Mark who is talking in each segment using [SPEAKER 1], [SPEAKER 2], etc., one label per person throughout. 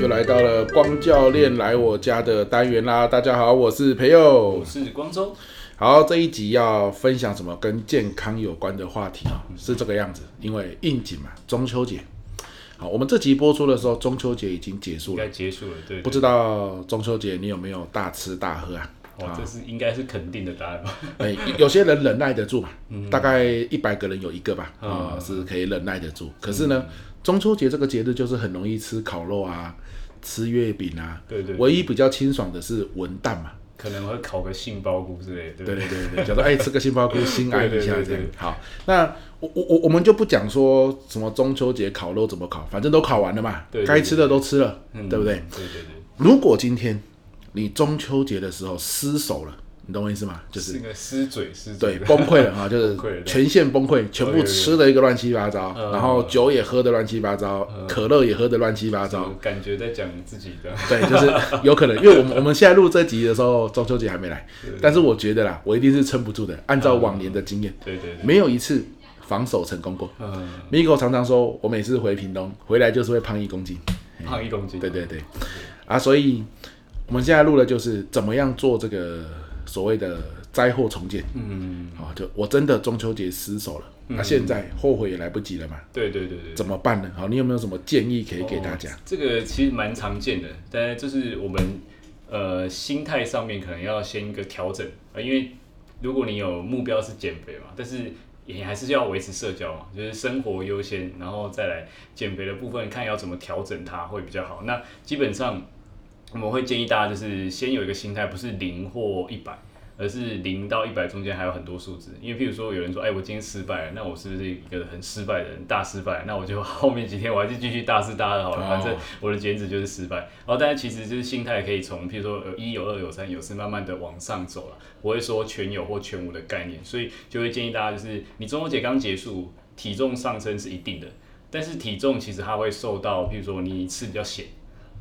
[SPEAKER 1] 又来到了光教练来我家的单元啦！大家好，我是培佑
[SPEAKER 2] 我。是光州，
[SPEAKER 1] 好，这一集要分享什么跟健康有关的话题啊？是这个样子，因为应景嘛，中秋节。好，我们这集播出的时候，中秋节已经结束
[SPEAKER 2] 应
[SPEAKER 1] 了
[SPEAKER 2] 该。结束了，对，
[SPEAKER 1] 不
[SPEAKER 2] 对
[SPEAKER 1] 知道中秋节你有没有大吃大喝啊？
[SPEAKER 2] 哦，这是应该是肯定的答案吧？
[SPEAKER 1] 哎，有有些人忍耐得住嘛，
[SPEAKER 2] 嗯
[SPEAKER 1] 大概一百个人有一个吧，啊、是可以忍耐得
[SPEAKER 2] 嗯
[SPEAKER 1] 住。可是呢，中秋节这个节日就是很容易吃烤肉啊，吃月饼啊。
[SPEAKER 2] 对对，
[SPEAKER 1] 唯一比较清爽的是文旦嘛，
[SPEAKER 2] 可能会烤个杏鲍菇之类的，对不
[SPEAKER 1] 对
[SPEAKER 2] 对
[SPEAKER 1] 对对对，想说哎吃个杏鲍菇心安一下
[SPEAKER 2] 对对对
[SPEAKER 1] 这样
[SPEAKER 2] 对。
[SPEAKER 1] 好，那我我我我们就不讲说什么中秋节烤肉怎么烤，反正都烤完了嘛
[SPEAKER 2] 对，对
[SPEAKER 1] 该吃的都吃了，
[SPEAKER 2] 嗯
[SPEAKER 1] 对不对？？
[SPEAKER 2] 对对对，
[SPEAKER 1] 如果今天你中秋节的时候失手了，你懂我意思吗？就是
[SPEAKER 2] 是个湿嘴湿
[SPEAKER 1] 对，
[SPEAKER 2] 嘴的，
[SPEAKER 1] 崩溃了哈，啊就是
[SPEAKER 2] 崩溃了
[SPEAKER 1] 全线崩溃，全部吃的一个乱七八糟，
[SPEAKER 2] 嗯
[SPEAKER 1] 然后酒也喝的乱七八糟，可乐也喝的乱七八糟
[SPEAKER 2] 我。感觉在讲自己的，
[SPEAKER 1] 对，就是有可能，因为我们 我们现在录这集的时候，中秋节还没来，但是我觉得啦，我一定是撑不住的。按照往年的经验，
[SPEAKER 2] 对对对，
[SPEAKER 1] 没有一次防守成功过。
[SPEAKER 2] 嗯，
[SPEAKER 1] Miko 常常说，我每次回屏东回来就是会胖一公斤。
[SPEAKER 2] 胖一公斤，
[SPEAKER 1] 对对对，啊，所以我们现在录的就是怎么样做这个所谓的灾后重建。
[SPEAKER 2] 嗯，
[SPEAKER 1] 啊，就我真的中秋节失手了，那、现在后悔也来不及了嘛，
[SPEAKER 2] 对对对对，
[SPEAKER 1] 怎么办呢？好，你有没有什么建议可以给大家？
[SPEAKER 2] 哦这个其实蛮常见的，但就是我们呃心态上面可能要先一个调整呃，因为如果你有目标是减肥嘛，但是也还是要维持社交嘛，就是生活优先，然后再来减肥的部分看要怎么调整它会比较好。那基本上我们会建议大家就是先有一个心态，不是零或一百。而是零到一百中间还有很多数字，因为譬如说有人说，哎，我今天失败了，那我是不是一个很失败的人，大失败？那我就后面几天我还是继续大吃大喝好了，
[SPEAKER 1] 哦
[SPEAKER 2] 反正我的减脂就是失败。然后，但是其实就是心态可以从譬如说有一有二有三有四，慢慢的往上走了，不会说全有或全无的概念，所以就会建议大家就是，你中秋节刚结束，体重上升是一定的，但是体重其实它会受到譬如说你吃比较咸。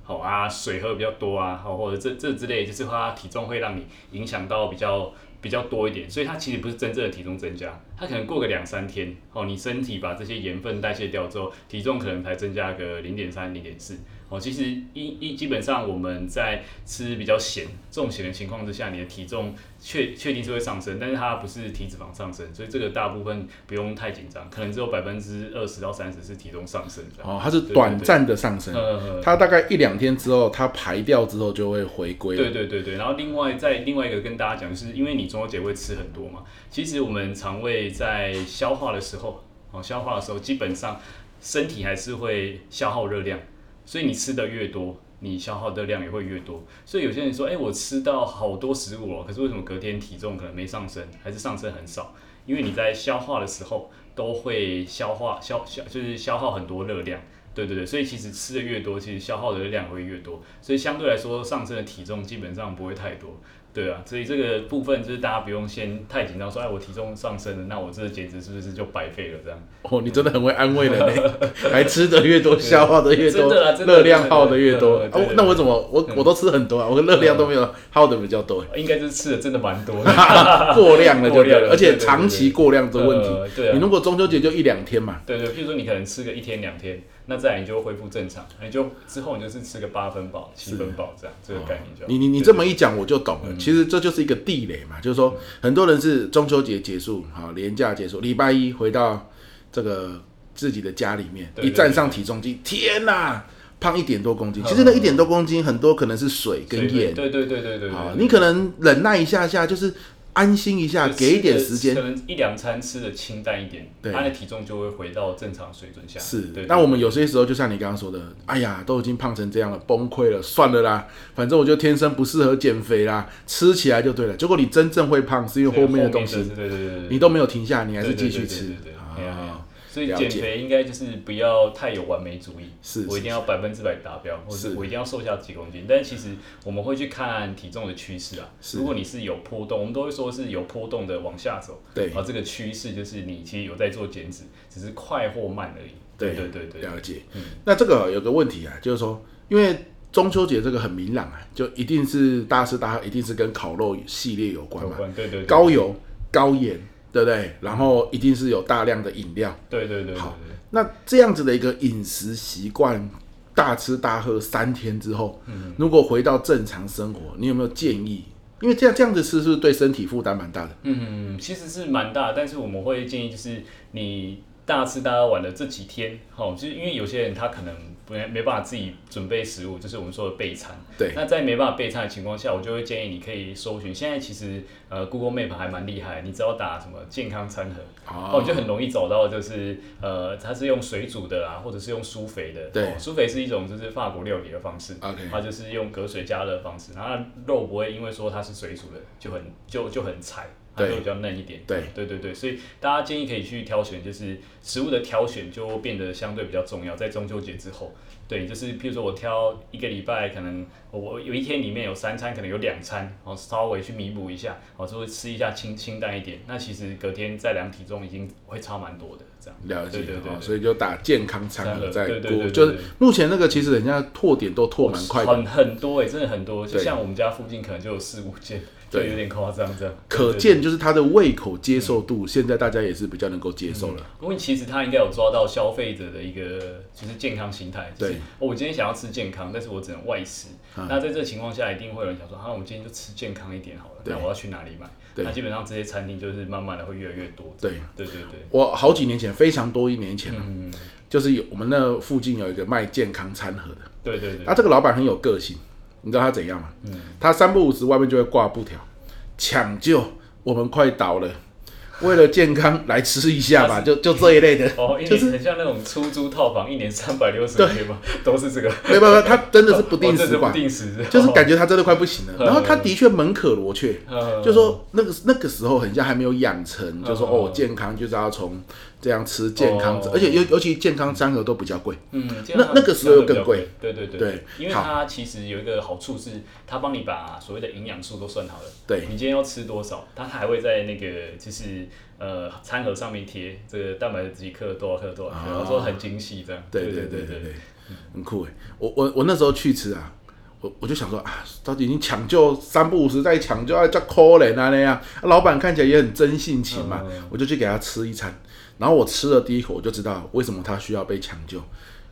[SPEAKER 2] 好啊，水喝比较多啊，好或者这这之类，就是它体重会让你影响到比较比较多一点，所以它其实不是真正的体重增加，它可能过个两三天，哦，你身体把这些盐分代谢掉之后，体重可能才增加个零点三、零点四。哦，其实一一基本上我们在吃比较咸、重咸的情况之下，你的体重确确定是会上升，但是它不是体脂肪上升，所以这个大部分不用太紧张，可能只有百分之二十到三十是体重上升这样。
[SPEAKER 1] 哦，它是短暂的上升，
[SPEAKER 2] 呃，
[SPEAKER 1] 它大概一两天之后，它排掉之后就会回归了。
[SPEAKER 2] 对对对对，然后另外再另外一个跟大家讲，就是因为你中秋节会吃很多嘛，其实我们肠胃在消化的时候，哦，消化的时候基本上身体还是会消耗热量，所以你吃的越多，你消耗的量也会越多。所以有些人说，哎，我吃到好多食物哦，可是为什么隔天体重可能没上升，还是上升很少？因为你在消化的时候都会消化消消就是消耗很多热量。对对对，所以其实吃的越多，其实消耗的量会越多，所以相对来说上升的体重基本上不会太多，对啊，所以这个部分就是大家不用先太紧张，说哎我体重上升了，那我这个减脂是不是就白费了这样？
[SPEAKER 1] 哦，你真的很会安慰人呢， 还吃的越多，消耗的越多
[SPEAKER 2] 真的啊啦，真的
[SPEAKER 1] 热量耗的越多。
[SPEAKER 2] 真的真
[SPEAKER 1] 哦，
[SPEAKER 2] 的嗯
[SPEAKER 1] 那我怎么我我都吃很多啊，我的热量都没有耗的比较多，
[SPEAKER 2] 应该是吃的真的蛮多的，
[SPEAKER 1] 过量了就对
[SPEAKER 2] 过量
[SPEAKER 1] 了，
[SPEAKER 2] 了
[SPEAKER 1] 而且
[SPEAKER 2] 对对对
[SPEAKER 1] 长期过量的问
[SPEAKER 2] 呃
[SPEAKER 1] 题。
[SPEAKER 2] 对啊
[SPEAKER 1] 你如果中秋节就一两天嘛，
[SPEAKER 2] 对对，譬如说你可能吃个一天两天，那再来你就会恢复正常，哎你就之后你就是吃个八分饱、七分饱这样，这个概念就好
[SPEAKER 1] 哦你你你这么一讲，我就懂了。
[SPEAKER 2] 嗯
[SPEAKER 1] 其实这就是一个地雷嘛，就是说很多人是中秋节结束，好连假结束，礼拜一回到这个自己的家里面，
[SPEAKER 2] 对
[SPEAKER 1] 一
[SPEAKER 2] 对
[SPEAKER 1] 站上体重机，天哪，胖一点多公斤。其实那一点多公斤，很多可能是水跟
[SPEAKER 2] 所以
[SPEAKER 1] 盐
[SPEAKER 2] 对对对对对对，
[SPEAKER 1] 啊，
[SPEAKER 2] 对
[SPEAKER 1] 你可能忍耐一下下，就是安心一下，
[SPEAKER 2] 就
[SPEAKER 1] 给一点
[SPEAKER 2] 吃的
[SPEAKER 1] 时间
[SPEAKER 2] 可。能一两餐吃的清淡一点，
[SPEAKER 1] 对
[SPEAKER 2] 他的体重就会回到正常水准下。
[SPEAKER 1] 是
[SPEAKER 2] 对，，
[SPEAKER 1] 那我们有些时候就像你刚刚说的，哎呀，都已经胖成这样了，崩溃了，算了啦，反正我就天生不适合减肥啦，吃起来就对了。结果你真正会胖，是因为
[SPEAKER 2] 啊
[SPEAKER 1] 后面的东西
[SPEAKER 2] 对对对对对，
[SPEAKER 1] 你都没有停下，你还
[SPEAKER 2] 还
[SPEAKER 1] 是继续吃
[SPEAKER 2] 对对对对对对
[SPEAKER 1] 啊。
[SPEAKER 2] 所以
[SPEAKER 1] 了
[SPEAKER 2] 减
[SPEAKER 1] 解
[SPEAKER 2] 肥应该就是不要太有完美主义，
[SPEAKER 1] 是
[SPEAKER 2] 我
[SPEAKER 1] 是
[SPEAKER 2] 一定要百分之百达标，或
[SPEAKER 1] 是
[SPEAKER 2] 是我一定要瘦下几公斤。但其实我们会去看体重的趋势啊，
[SPEAKER 1] 是
[SPEAKER 2] 如果你是有波动，我们都会说是有波动的往下走，
[SPEAKER 1] 对
[SPEAKER 2] 而这个趋势就是你其实有在做减脂，只是快或慢而已。
[SPEAKER 1] 对
[SPEAKER 2] 对对嗯对，
[SPEAKER 1] 了解。那这个有个问题啊，就是说，因为中秋节这个很明朗啊，就一定是大吃大喝，一定是跟烤肉系列有关
[SPEAKER 2] 有
[SPEAKER 1] 嘛，
[SPEAKER 2] 关对对对
[SPEAKER 1] 高油、高盐，对不对？然后一定是有大量的饮料。
[SPEAKER 2] 对对对对对。
[SPEAKER 1] 那这样子的一个饮食习惯大吃大喝三天之后，如果回到正常生活，你有没有建议？因为这样这样子吃是不是对身体负担蛮大的？
[SPEAKER 2] 嗯，其实是蛮大，但是我们会建议就是你大吃大喝完了这几天，哦，就是因为有些人他可能不没办法自己准备食物，就是我们说的备餐。
[SPEAKER 1] 对，
[SPEAKER 2] 那在没办法备餐的情况下，我就会建议你可以搜寻。现在其实呃，Google Map 还蛮厉害，你只要打什么健康餐盒，哦，
[SPEAKER 1] 哦
[SPEAKER 2] 你就很容易找到，就是呃，它是用水煮的啊，或者是用苏肥的。
[SPEAKER 1] 对
[SPEAKER 2] 哦苏肥是一种就是法国料理的方式
[SPEAKER 1] OK
[SPEAKER 2] 它就是用隔水加热的方式，然后肉不会因为说它是水煮的就很就就很柴，它
[SPEAKER 1] 对
[SPEAKER 2] 就比较嫩一点。
[SPEAKER 1] 对
[SPEAKER 2] 对对对，所以大家建议可以去挑选，就是食物的挑选就变得相对比较重要，在中秋节之后。对，就是譬如说我挑一个礼拜，可能我有一天里面有三餐，可能有两餐，然后稍微去弥补一下，然后就会吃一下清清淡一点。那其实隔天再量体重已经会差蛮多的，这样。
[SPEAKER 1] 了解
[SPEAKER 2] 对对对
[SPEAKER 1] 哦，
[SPEAKER 2] 对
[SPEAKER 1] 所以就打健康餐盒在
[SPEAKER 2] 对对对
[SPEAKER 1] 估，
[SPEAKER 2] 对对
[SPEAKER 1] 就是目前那个其实人家拓点都拓蛮快的，
[SPEAKER 2] 很很多哎、真的很多，就
[SPEAKER 1] 对
[SPEAKER 2] 像我们家附近可能就有四五间，就
[SPEAKER 1] 对
[SPEAKER 2] 有点夸张这样。
[SPEAKER 1] 可
[SPEAKER 2] 对
[SPEAKER 1] 见就是他的胃口接受度，现在大家也是比较能够接受了。
[SPEAKER 2] 因为其实他应该有抓到消费者的一个就是健康心态，就是、
[SPEAKER 1] 对
[SPEAKER 2] 哦，我今天想要吃健康，但是我只能外食。
[SPEAKER 1] 嗯
[SPEAKER 2] 那在这情况下，一定会有人想说，啊，我今天就吃健康一点好了，
[SPEAKER 1] 对
[SPEAKER 2] 那我要去哪里买？
[SPEAKER 1] 对
[SPEAKER 2] 那基本上这些餐厅就是慢慢的会越来越多。
[SPEAKER 1] 对
[SPEAKER 2] 对对对，
[SPEAKER 1] 我好几年前，非常多一年前了，
[SPEAKER 2] 嗯，
[SPEAKER 1] 就是有我们那附近有一个卖健康餐盒的，
[SPEAKER 2] 对对对，
[SPEAKER 1] 啊那这个老板很有个性，你知道他怎样吗？
[SPEAKER 2] 嗯
[SPEAKER 1] 他三不五时外面就会挂布条，抢救我们快倒了，为了健康来吃一下 吧，就就这一类的。
[SPEAKER 2] 哦，一
[SPEAKER 1] 就
[SPEAKER 2] 年
[SPEAKER 1] 是
[SPEAKER 2] 很像那种出租套房，一年三百六十天嘛，都是这个，
[SPEAKER 1] 没办法，他真的是不
[SPEAKER 2] 哦
[SPEAKER 1] 定
[SPEAKER 2] 这
[SPEAKER 1] 时
[SPEAKER 2] 是不
[SPEAKER 1] 管，
[SPEAKER 2] 定时，
[SPEAKER 1] 就是 感觉他真的快不行了。
[SPEAKER 2] 嗯
[SPEAKER 1] 然后他的确门可罗雀，
[SPEAKER 2] 哦，
[SPEAKER 1] 就说那个那个时候很像还没有养成，就说
[SPEAKER 2] 嗯
[SPEAKER 1] 哦健康就是要从这样吃健康餐
[SPEAKER 2] 哦，
[SPEAKER 1] 而且尤尤其健康餐盒都比较贵，
[SPEAKER 2] 嗯，这
[SPEAKER 1] 那
[SPEAKER 2] 样
[SPEAKER 1] 那个时候又
[SPEAKER 2] 相对比
[SPEAKER 1] 更
[SPEAKER 2] 较
[SPEAKER 1] 贵
[SPEAKER 2] 贵，对对对
[SPEAKER 1] 对
[SPEAKER 2] 因为
[SPEAKER 1] 好
[SPEAKER 2] 它其实有一个好处是，它帮你把所谓的营养素都算好了，
[SPEAKER 1] 对
[SPEAKER 2] 你今天要吃多少，它还会在那个就是呃餐盒上面贴这个蛋白质几克多少克多少克，
[SPEAKER 1] 哦
[SPEAKER 2] 然后说很精细这样，
[SPEAKER 1] 对对
[SPEAKER 2] 对
[SPEAKER 1] 对对
[SPEAKER 2] 对
[SPEAKER 1] 对，很酷哎！我我我那时候去吃啊，我我就想说啊，到底已经抢救三不五时再抢救，啊叫可怜啊那样，啊老板看起来也很真性情嘛，
[SPEAKER 2] 嗯
[SPEAKER 1] 我就去给他吃一餐，然后我吃了第一口我就知道为什么他需要被抢救，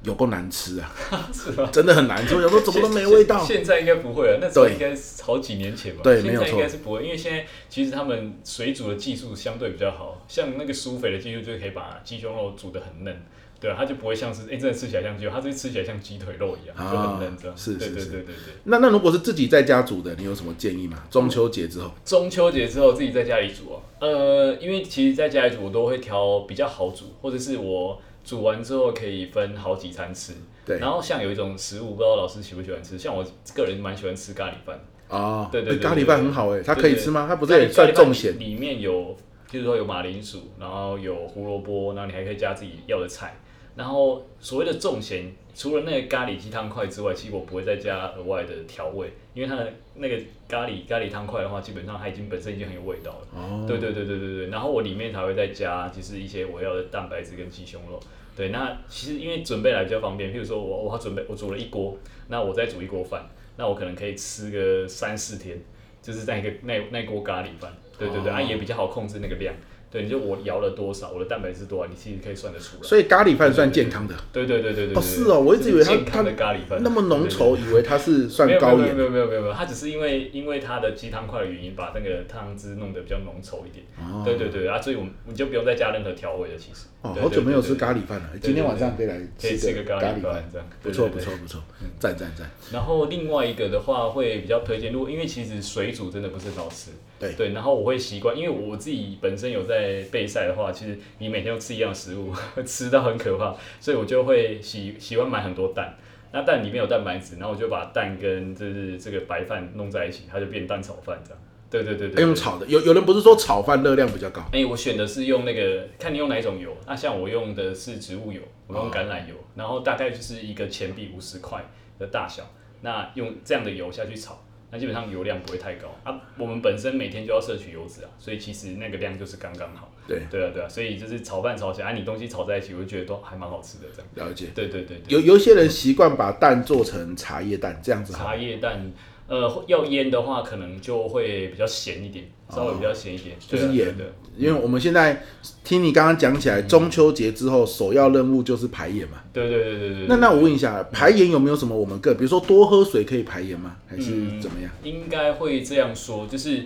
[SPEAKER 1] 有够难吃啊，
[SPEAKER 2] 是吧？
[SPEAKER 1] 真的很难吃，我想说怎么都没味道，
[SPEAKER 2] 现现在应该不会啊了，那时候
[SPEAKER 1] 对
[SPEAKER 2] 应该是好几年前吧。
[SPEAKER 1] 对
[SPEAKER 2] 现
[SPEAKER 1] 没有
[SPEAKER 2] 在
[SPEAKER 1] 错
[SPEAKER 2] 应该是不会，因为现在其实他们水煮的技术相对比较好，像那个苏菲的技术就可以把鸡胸肉煮得很嫩，对啊，它就不会像是哎、真的吃起来像鸡肉，它就吃起来像鸡腿肉一样，
[SPEAKER 1] 啊
[SPEAKER 2] 就很嫩这样。
[SPEAKER 1] 是
[SPEAKER 2] 对
[SPEAKER 1] 是
[SPEAKER 2] 对
[SPEAKER 1] 是
[SPEAKER 2] 对对对。
[SPEAKER 1] 那那如果是自己在家煮的，你有什么建议吗？中秋节之后，
[SPEAKER 2] 中秋节之后自己在家里煮哦、呃，因为其实在家里煮我都会挑比较好煮，或者是我煮完之后可以分好几餐吃。
[SPEAKER 1] 对
[SPEAKER 2] 然后像有一种食物，不知道老师喜不喜欢吃，像我个人蛮喜欢吃咖喱饭。
[SPEAKER 1] 哦，
[SPEAKER 2] 对对对
[SPEAKER 1] 欸咖喱饭很好哎，它可以吃吗？它不是
[SPEAKER 2] 咖喱
[SPEAKER 1] 也算重咸
[SPEAKER 2] 咖喱饭里面有，就是说有马铃薯，然后有胡萝卜，然后你还可以加自己要的菜。然后所谓的重咸，除了那个咖喱鸡汤块之外，其实我不会再加额外的调味，因为它的那个咖喱咖喱汤块的话，基本上它已经本身已经很有味道了。
[SPEAKER 1] 哦？
[SPEAKER 2] 对对对对对对，然后我里面才会再加，就是一些我要的蛋白质跟鸡胸肉。对，那其实因为准备来比较方便，譬如说我我要准备我煮了一锅，那我再煮一锅饭，那我可能可以吃个三四天，就是那个那那锅咖喱饭。对对对，
[SPEAKER 1] 哦
[SPEAKER 2] 啊也比较好控制那个量。对，你就我舀了多少，我的蛋白质多少，你其实可以算得出来。
[SPEAKER 1] 所以咖喱饭算健康的
[SPEAKER 2] 对对对对对对
[SPEAKER 1] 哦，是哦，我一直以为
[SPEAKER 2] 就是
[SPEAKER 1] 它
[SPEAKER 2] 健康的咖喱饭
[SPEAKER 1] 它那么浓
[SPEAKER 2] 对对对
[SPEAKER 1] 稠，以为它是算高
[SPEAKER 2] 没有
[SPEAKER 1] 盐
[SPEAKER 2] 没有没有没有没有，它只是因为因为它的鸡汤块的原因，把那个汤汁弄得比较浓稠一点。
[SPEAKER 1] 哦
[SPEAKER 2] 对对对啊，所以我们你就不用再加任何调味了，其实。
[SPEAKER 1] 哦
[SPEAKER 2] 对，
[SPEAKER 1] 好久没有吃。
[SPEAKER 2] 对对对
[SPEAKER 1] 咖喱饭了，
[SPEAKER 2] 对
[SPEAKER 1] 今天晚上可以来
[SPEAKER 2] 可以吃个
[SPEAKER 1] 个
[SPEAKER 2] 咖
[SPEAKER 1] 咖
[SPEAKER 2] 喱
[SPEAKER 1] 饭
[SPEAKER 2] 饭，这样
[SPEAKER 1] 不错
[SPEAKER 2] 对对
[SPEAKER 1] 不
[SPEAKER 2] 对嗯
[SPEAKER 1] 错不错，赞赞赞，
[SPEAKER 2] 然后另外一个的话，会比较推荐，如果因为其实水煮真的不是很好吃。
[SPEAKER 1] 对
[SPEAKER 2] 对，然后我会习惯，因为我自己本身有在备赛的话，其实你每天都吃一样食物，吃到很可怕，所以我就会喜喜欢买很多蛋。那蛋里面有蛋白质，然后我就把蛋跟就是这个白饭弄在一起，它就变蛋炒饭这样。对对对
[SPEAKER 1] 要哎
[SPEAKER 2] 对
[SPEAKER 1] 用
[SPEAKER 2] 对
[SPEAKER 1] 炒的，有有人不是说炒饭热量比较高
[SPEAKER 2] 哎、我选的是用那个，看你用哪一种油。那像我用的是植物油，我用橄榄油，然后大概就是一个钱币五十块的大小。那用这样的油下去炒，那基本上油量不会太高啊。我们本身每天就要摄取油脂啊，所以其实那个量就是刚刚好。
[SPEAKER 1] 对
[SPEAKER 2] 对啊，对啊，所以就是炒饭炒起来，啊、你东西炒在一起，我就觉得都还蛮好吃的这样。
[SPEAKER 1] 了解，
[SPEAKER 2] 对对对对，
[SPEAKER 1] 有有一些人习惯把蛋做成茶叶蛋这样子好，
[SPEAKER 2] 茶叶蛋。呃，要腌的话，可能就会比较咸一点，稍微比较咸一点，
[SPEAKER 1] 就
[SPEAKER 2] 对啊
[SPEAKER 1] 是
[SPEAKER 2] 对
[SPEAKER 1] 演
[SPEAKER 2] 啊对啊
[SPEAKER 1] 因为我们现在听你刚刚讲起来，
[SPEAKER 2] 嗯
[SPEAKER 1] 中秋节之后首要任务就是排盐嘛。
[SPEAKER 2] 对对对对对。
[SPEAKER 1] 那那我问一下，排盐有没有什么我们个，比如说多喝水可以排盐吗？还
[SPEAKER 2] 嗯
[SPEAKER 1] 是怎么样？
[SPEAKER 2] 应该会这样说，就是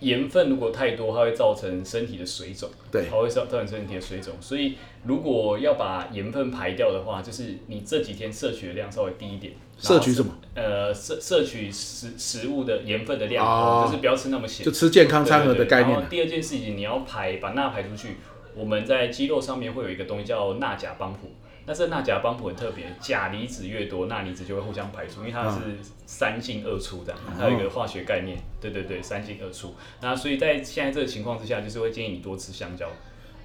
[SPEAKER 2] 盐分如果太多，它会造成身体的水肿，
[SPEAKER 1] 对
[SPEAKER 2] 它会造造成身体的水肿。所以如果要把盐分排掉的话，就是你这几天摄取的量稍微低一点。
[SPEAKER 1] 摄取什么？
[SPEAKER 2] 呃，摄摄取食食物的盐分的量，
[SPEAKER 1] 哦
[SPEAKER 2] 就是不要吃那么咸
[SPEAKER 1] 就。吃健康餐盒的
[SPEAKER 2] 对对
[SPEAKER 1] 概
[SPEAKER 2] 对
[SPEAKER 1] 念
[SPEAKER 2] 然
[SPEAKER 1] 啊
[SPEAKER 2] 后第二件事情，你要排把钠排出去。我们在肌肉上面会有一个东西叫钠钾帮浦，但是钠钾帮浦很特别，钾离子越多，钠离子就会互相排出，因为它
[SPEAKER 1] 啊
[SPEAKER 2] 是三进二出的，还有一个化学概念。对对对，三进二出。那所以在现在这个情况之下，就是会建议你多吃香蕉。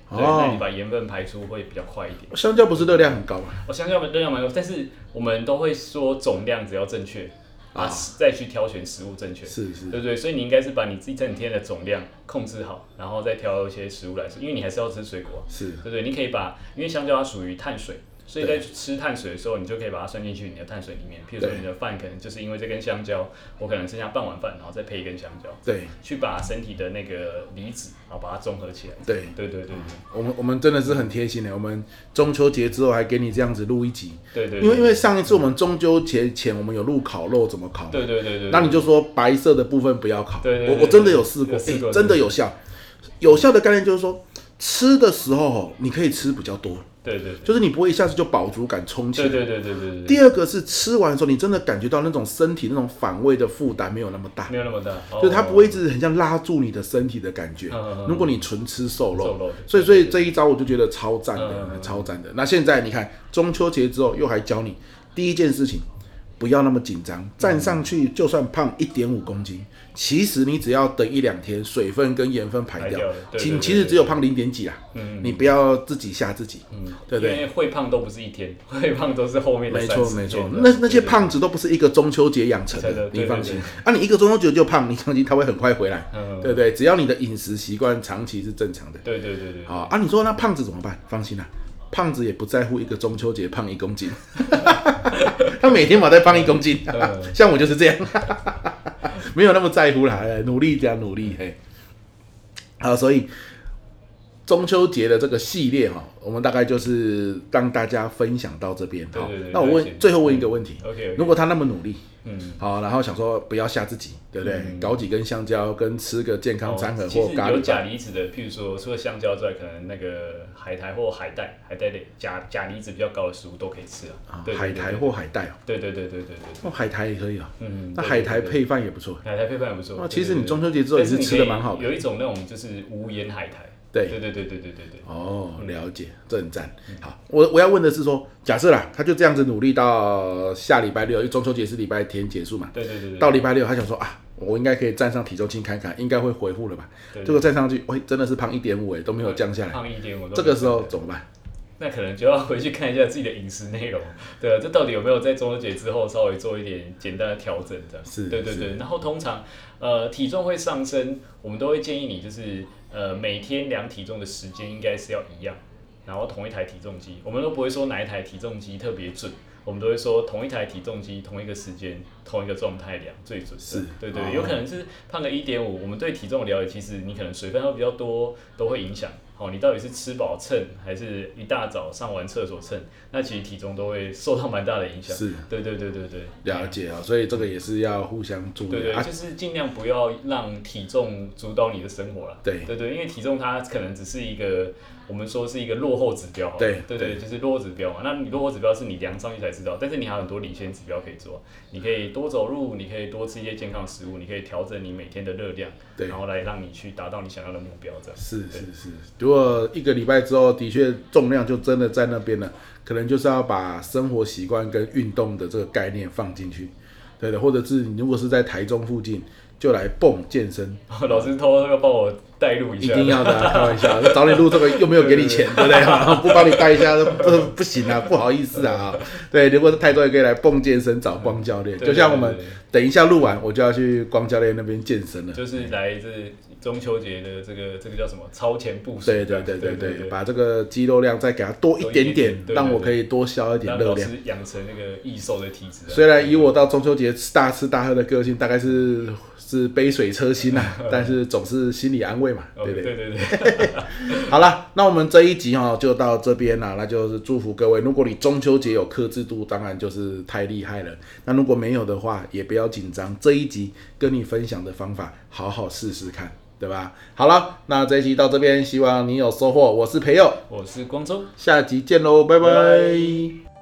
[SPEAKER 2] 对，那你
[SPEAKER 1] 哦，
[SPEAKER 2] 把盐分排出会比较快一点。
[SPEAKER 1] 香蕉不是热量很高吗？
[SPEAKER 2] 哦，香蕉热量蛮高，但是我们都会说总量只要正确啊，再去挑选食物正确。
[SPEAKER 1] 是是，
[SPEAKER 2] 对对，所以你应该是把你自己整天的总量控制好，然后再挑一些食物来吃，因为你还是要吃水果啊，
[SPEAKER 1] 是
[SPEAKER 2] 对不对？你可以把，因为香蕉它属于碳水，所以在吃碳水的时候，你就可以把它算进去你的碳水里面。譬如说
[SPEAKER 1] 对
[SPEAKER 2] 你的饭可能就是因为这根香蕉，我可能剩下半碗饭，然后再配一根香蕉，
[SPEAKER 1] 对
[SPEAKER 2] 去把身体的那个离子，然后把它综合起来。
[SPEAKER 1] 对。
[SPEAKER 2] 对对对
[SPEAKER 1] 我们我们真的是很贴心的，我们中秋节之后还给你这样子录一集，
[SPEAKER 2] 对对对，
[SPEAKER 1] 因为因为上一次我们中秋节前我们有录烤肉怎么烤，
[SPEAKER 2] 对对对对，
[SPEAKER 1] 那你就说白色的部分不要烤，
[SPEAKER 2] 对对对
[SPEAKER 1] 我我真的有试过，
[SPEAKER 2] 有试过
[SPEAKER 1] 诶真的有效，有效的概念就是说吃的时候哦你可以吃比较多，
[SPEAKER 2] 对对
[SPEAKER 1] 就是你不会一下子就饱足感冲起来
[SPEAKER 2] 对。对对对对对对，
[SPEAKER 1] 第二个是吃完的时候，你真的感觉到那种身体那种反胃的负担没有那么大，
[SPEAKER 2] 没有那么大，哦
[SPEAKER 1] 就是它不会一直很像拉住你的身体的感觉
[SPEAKER 2] 嗯嗯嗯。
[SPEAKER 1] 如果你纯吃瘦
[SPEAKER 2] 瘦
[SPEAKER 1] 肉
[SPEAKER 2] 肉，
[SPEAKER 1] 所以所以这一招我就觉得超赞
[SPEAKER 2] 嗯嗯
[SPEAKER 1] 的，
[SPEAKER 2] 嗯
[SPEAKER 1] 超赞的。那现在你看中秋节之后又还教你第一件事情，不要那么紧张，站上去就算胖一点五公斤，其实你只要等一两天，水分跟盐分排
[SPEAKER 2] 排
[SPEAKER 1] 掉
[SPEAKER 2] 掉了，对对
[SPEAKER 1] 其
[SPEAKER 2] 对嗯
[SPEAKER 1] 其实
[SPEAKER 2] 对
[SPEAKER 1] 只有胖零点几啦，你不要自己吓自己，对不
[SPEAKER 2] 因
[SPEAKER 1] 对？
[SPEAKER 2] 为会胖都不是一天，会胖都是后面的
[SPEAKER 1] 没
[SPEAKER 2] 30
[SPEAKER 1] 错
[SPEAKER 2] 天
[SPEAKER 1] 没错
[SPEAKER 2] 这，样
[SPEAKER 1] 那
[SPEAKER 2] 子
[SPEAKER 1] 那些
[SPEAKER 2] 对
[SPEAKER 1] 胖子都不是一个中秋节养成
[SPEAKER 2] 对
[SPEAKER 1] 的
[SPEAKER 2] 对，
[SPEAKER 1] 你
[SPEAKER 2] 对
[SPEAKER 1] 放
[SPEAKER 2] 对
[SPEAKER 1] 心
[SPEAKER 2] 对。
[SPEAKER 1] 啊，你一个中秋节就胖，你放心，他会很快回来，
[SPEAKER 2] 嗯
[SPEAKER 1] 对不对？只要你的饮食习惯长期是正常的，
[SPEAKER 2] 对对对对，
[SPEAKER 1] 好啊。你说那胖子怎么办？放心啦、胖子也不在乎一个中秋节胖一公斤， 他每天嘛在胖一公斤，
[SPEAKER 2] 嗯
[SPEAKER 1] 像我就是这样， 没有那么在乎啦，哎努力加努力，嘿。好，所以中秋节的这个系列哈、我们大概就是让大家分享到这边。好
[SPEAKER 2] 对对对
[SPEAKER 1] 那我问
[SPEAKER 2] 了解
[SPEAKER 1] 最后问一个问题
[SPEAKER 2] OK，OK
[SPEAKER 1] 如果他那么努力，
[SPEAKER 2] 嗯，
[SPEAKER 1] 好，然后想说不要吓自己，对不对？搞几根香蕉跟吃个健康餐盒
[SPEAKER 2] 哦其
[SPEAKER 1] 或
[SPEAKER 2] 实
[SPEAKER 1] 咖
[SPEAKER 2] 有
[SPEAKER 1] 喱
[SPEAKER 2] 钾
[SPEAKER 1] 饭，
[SPEAKER 2] 离子的，譬如说除了香蕉之外，可能那个海苔或海带、海带类钾钾离子比较高的食物都可以吃啊
[SPEAKER 1] 啊。
[SPEAKER 2] 对
[SPEAKER 1] 海苔，或海带哦，
[SPEAKER 2] 对对对对对对对
[SPEAKER 1] 哦，
[SPEAKER 2] 对，
[SPEAKER 1] 海苔也可以啊。
[SPEAKER 2] 嗯，
[SPEAKER 1] 那
[SPEAKER 2] 对
[SPEAKER 1] 海
[SPEAKER 2] 对
[SPEAKER 1] 苔
[SPEAKER 2] 对
[SPEAKER 1] 配饭也不错。
[SPEAKER 2] 海苔配饭也不错。
[SPEAKER 1] 哦
[SPEAKER 2] 对
[SPEAKER 1] 其实
[SPEAKER 2] 对
[SPEAKER 1] 你
[SPEAKER 2] 对
[SPEAKER 1] 中秋节之后也
[SPEAKER 2] 但
[SPEAKER 1] 是
[SPEAKER 2] 你
[SPEAKER 1] 吃得
[SPEAKER 2] 可以
[SPEAKER 1] 蛮好的
[SPEAKER 2] 有一种那种就是无盐海苔。
[SPEAKER 1] 对
[SPEAKER 2] 对对嗯对对对对对。
[SPEAKER 1] 哦，了解，这很赞。好，我我要问的是说，假设啦，他就这样子努力到下礼拜六，因为中秋节是礼拜天结束嘛，
[SPEAKER 2] 对对对对，
[SPEAKER 1] 到礼拜六他想说啊，我应该可以站上体重秤看看，应该会回复了吧？
[SPEAKER 2] 对对
[SPEAKER 1] 结果站上去，喂，真的是胖一点五哎，都没有降下来。
[SPEAKER 2] 胖一点我都
[SPEAKER 1] 这个时候怎么办？
[SPEAKER 2] 那可能就要回去看一下自己的饮食内容， 对啊，这到底有没有在中秋节之后稍微做一点简单的调整这样？
[SPEAKER 1] 是
[SPEAKER 2] 对对对。然后通常，呃，体重会上升，我们都会建议你就是，呃，每天量体重的时间应该是要一样，然后同一台体重机，我们都不会说哪一台体重机特别准，我们都会说同一台体重机、同一个时间、同一个状态量最准。
[SPEAKER 1] 是
[SPEAKER 2] 对对
[SPEAKER 1] 哦
[SPEAKER 2] 对，有可能是胖个一点五，我们对体重的了解，其实你可能水分会比较多，都会影响。好，你到底是吃饱秤，还是一大早上完厕所秤？那其实体重都会受到蛮大的影响。
[SPEAKER 1] 是，
[SPEAKER 2] 对对对对对。
[SPEAKER 1] 了解啊、所以这个也是要互相注
[SPEAKER 2] 对
[SPEAKER 1] 意
[SPEAKER 2] 对，
[SPEAKER 1] 啊。
[SPEAKER 2] 就是尽量不要让体重主导你的生活了。
[SPEAKER 1] 对
[SPEAKER 2] 对对，因为体重它可能只是一个我们说是一个落后指标好了。
[SPEAKER 1] 对
[SPEAKER 2] 对对，就是落后指标嘛。那你落后指标是你量上去才知道，但是你还有很多领先指标可以做。你可以多走路，你可以多吃一些健康的食物，你可以调整你每天的热量，
[SPEAKER 1] 对
[SPEAKER 2] 然后来让你去达到你想要的目标，这样。
[SPEAKER 1] 是是是，如果一个礼拜之后的确重量就真的在那边了，可能就是要把生活习惯跟运动的这个概念放进去，对的，或者是你如果是在台中附近，就来蹦健身，
[SPEAKER 2] 老师偷偷又帮我带入一
[SPEAKER 1] 一
[SPEAKER 2] 下，
[SPEAKER 1] 定要的、啊，开 玩笑，找你录这个又没有给你 钱，对不 对啊？不帮你带一下，不不行啊，不好意思啊。对，如果是太多，也可以来蹦健身找光教练，
[SPEAKER 2] 对
[SPEAKER 1] 就像我们
[SPEAKER 2] 对对
[SPEAKER 1] 等一下录完，我就要去光教练那边健身了。
[SPEAKER 2] 就是来自中秋节的这个这个叫什么超前部署，
[SPEAKER 1] 对对对对
[SPEAKER 2] 对
[SPEAKER 1] 对，把这个肌肉量再给它多一点
[SPEAKER 2] 多一点
[SPEAKER 1] 点
[SPEAKER 2] 点对，对
[SPEAKER 1] 让我
[SPEAKER 2] 对
[SPEAKER 1] 可以多消一点
[SPEAKER 2] 让
[SPEAKER 1] 热
[SPEAKER 2] 老
[SPEAKER 1] 量。
[SPEAKER 2] 师养成那个易瘦的体质啊。
[SPEAKER 1] 虽然以我到中秋节大吃大喝的个性，大概是是杯水车薪呐、啊 但是总是心理安慰嘛，
[SPEAKER 2] 哦
[SPEAKER 1] 对不对？
[SPEAKER 2] 对对 对，
[SPEAKER 1] 好了，那我们这一集哈、就到这边啦，那就是祝福各位。如果你中秋节有克制度，当然就是太厉害了。那如果没有的话，也不要紧张。这一集跟你分享的方法，好好试试看，对吧？好了，那这一集到这边，希望你有收获。我是培佑，
[SPEAKER 2] 我是光州。
[SPEAKER 1] 下集见喽，拜拜
[SPEAKER 2] 拜拜